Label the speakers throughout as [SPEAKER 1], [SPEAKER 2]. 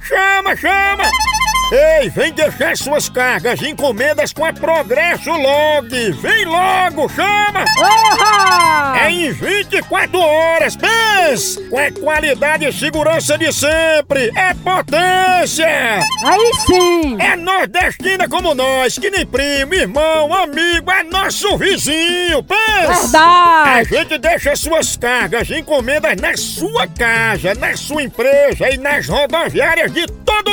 [SPEAKER 1] chama, chama! Ei, vem deixar suas cargas e encomendas com a Progresso Log! Vem logo, chama! É em 24 horas, pense! Com a qualidade e segurança de sempre! É potência!
[SPEAKER 2] Aí sim!
[SPEAKER 1] É nordestina como nós, que nem primo, irmão, amigo, é nosso vizinho,
[SPEAKER 2] É
[SPEAKER 1] pensa! A
[SPEAKER 2] Verdade!
[SPEAKER 1] gente deixa suas cargas e encomendas na sua casa, na sua empresa e nas rodoviárias de todo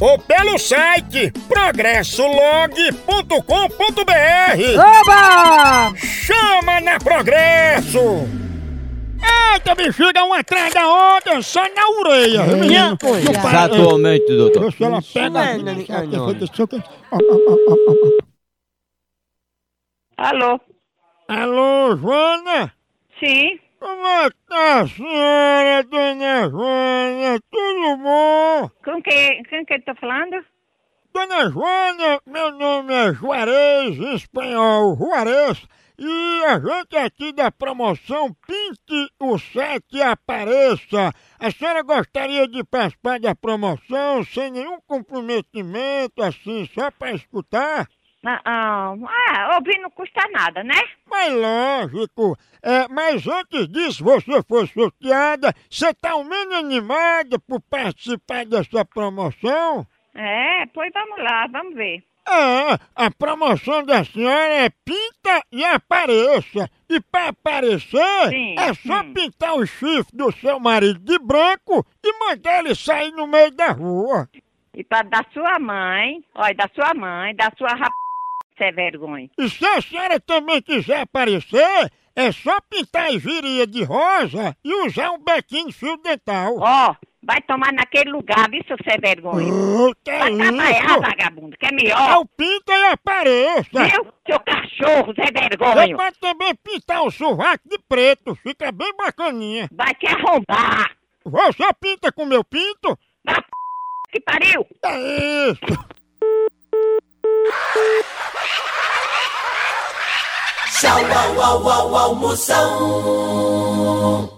[SPEAKER 1] ou pelo site progressolog.com.br.
[SPEAKER 2] Oba!
[SPEAKER 1] Chama na Progresso! Eita, bexiga, um atrás da outra, só na orelha, viu, menina? Não para-
[SPEAKER 3] Exatamente, doutor.
[SPEAKER 1] Vê se ela pega a vida, se ela quer fazer isso, que- Ó, ó, ó, ó, ó.
[SPEAKER 4] Alô?
[SPEAKER 1] Alô, Joana?
[SPEAKER 4] Sim,
[SPEAKER 1] Como é que tá a senhora, dona Joana? Tudo bom?
[SPEAKER 4] com quem, com quem tô falando?
[SPEAKER 1] Dona Joana, meu nome é Juarez, em espanhol, Juarez. E a gente aqui da promoção Pinte o Sete Apareça. A senhora gostaria de participar da promoção sem nenhum comprometimento, assim, só pra escutar?
[SPEAKER 4] Ah, ah, ah, ouvir não custa nada, né?
[SPEAKER 1] Mas lógico, é, mas antes disso, você foi sorteada, você tá ao menos animada por participar dessa promoção?
[SPEAKER 4] É, pois vamos lá, vamos ver.
[SPEAKER 1] É, a promoção da senhora é pinta e apareça. E para aparecer,
[SPEAKER 4] Sim, hum.
[SPEAKER 1] é só
[SPEAKER 4] sim.
[SPEAKER 1] pintar o chifre do seu marido de branco e mandar ele sair no meio da rua.
[SPEAKER 4] E pra da sua mãe, olha, da sua mãe, da sua rap... Cê vergonha.
[SPEAKER 1] E se a senhora também quiser aparecer, é só pintar a viria de rosa e usar um bequinho de fio dental.
[SPEAKER 4] Ó, vai tomar naquele lugar, viu, seu cê vergonha?
[SPEAKER 1] Ô, que é
[SPEAKER 4] Vai trabalhar,
[SPEAKER 1] isso?
[SPEAKER 4] vagabundo, que é
[SPEAKER 1] Eu
[SPEAKER 4] melhor.
[SPEAKER 1] pinta e apareça.
[SPEAKER 4] Viu, seu cachorro, Zé
[SPEAKER 1] Você
[SPEAKER 4] vergonha?
[SPEAKER 1] pode também pintar o sovaco de preto, fica bem bacaninha.
[SPEAKER 4] Vai te arrombar.
[SPEAKER 1] Você pinta com meu pinto?
[SPEAKER 4] Vai p... que pariu.
[SPEAKER 1] É isso.
[SPEAKER 5] Tchau, au, au, au, almoção.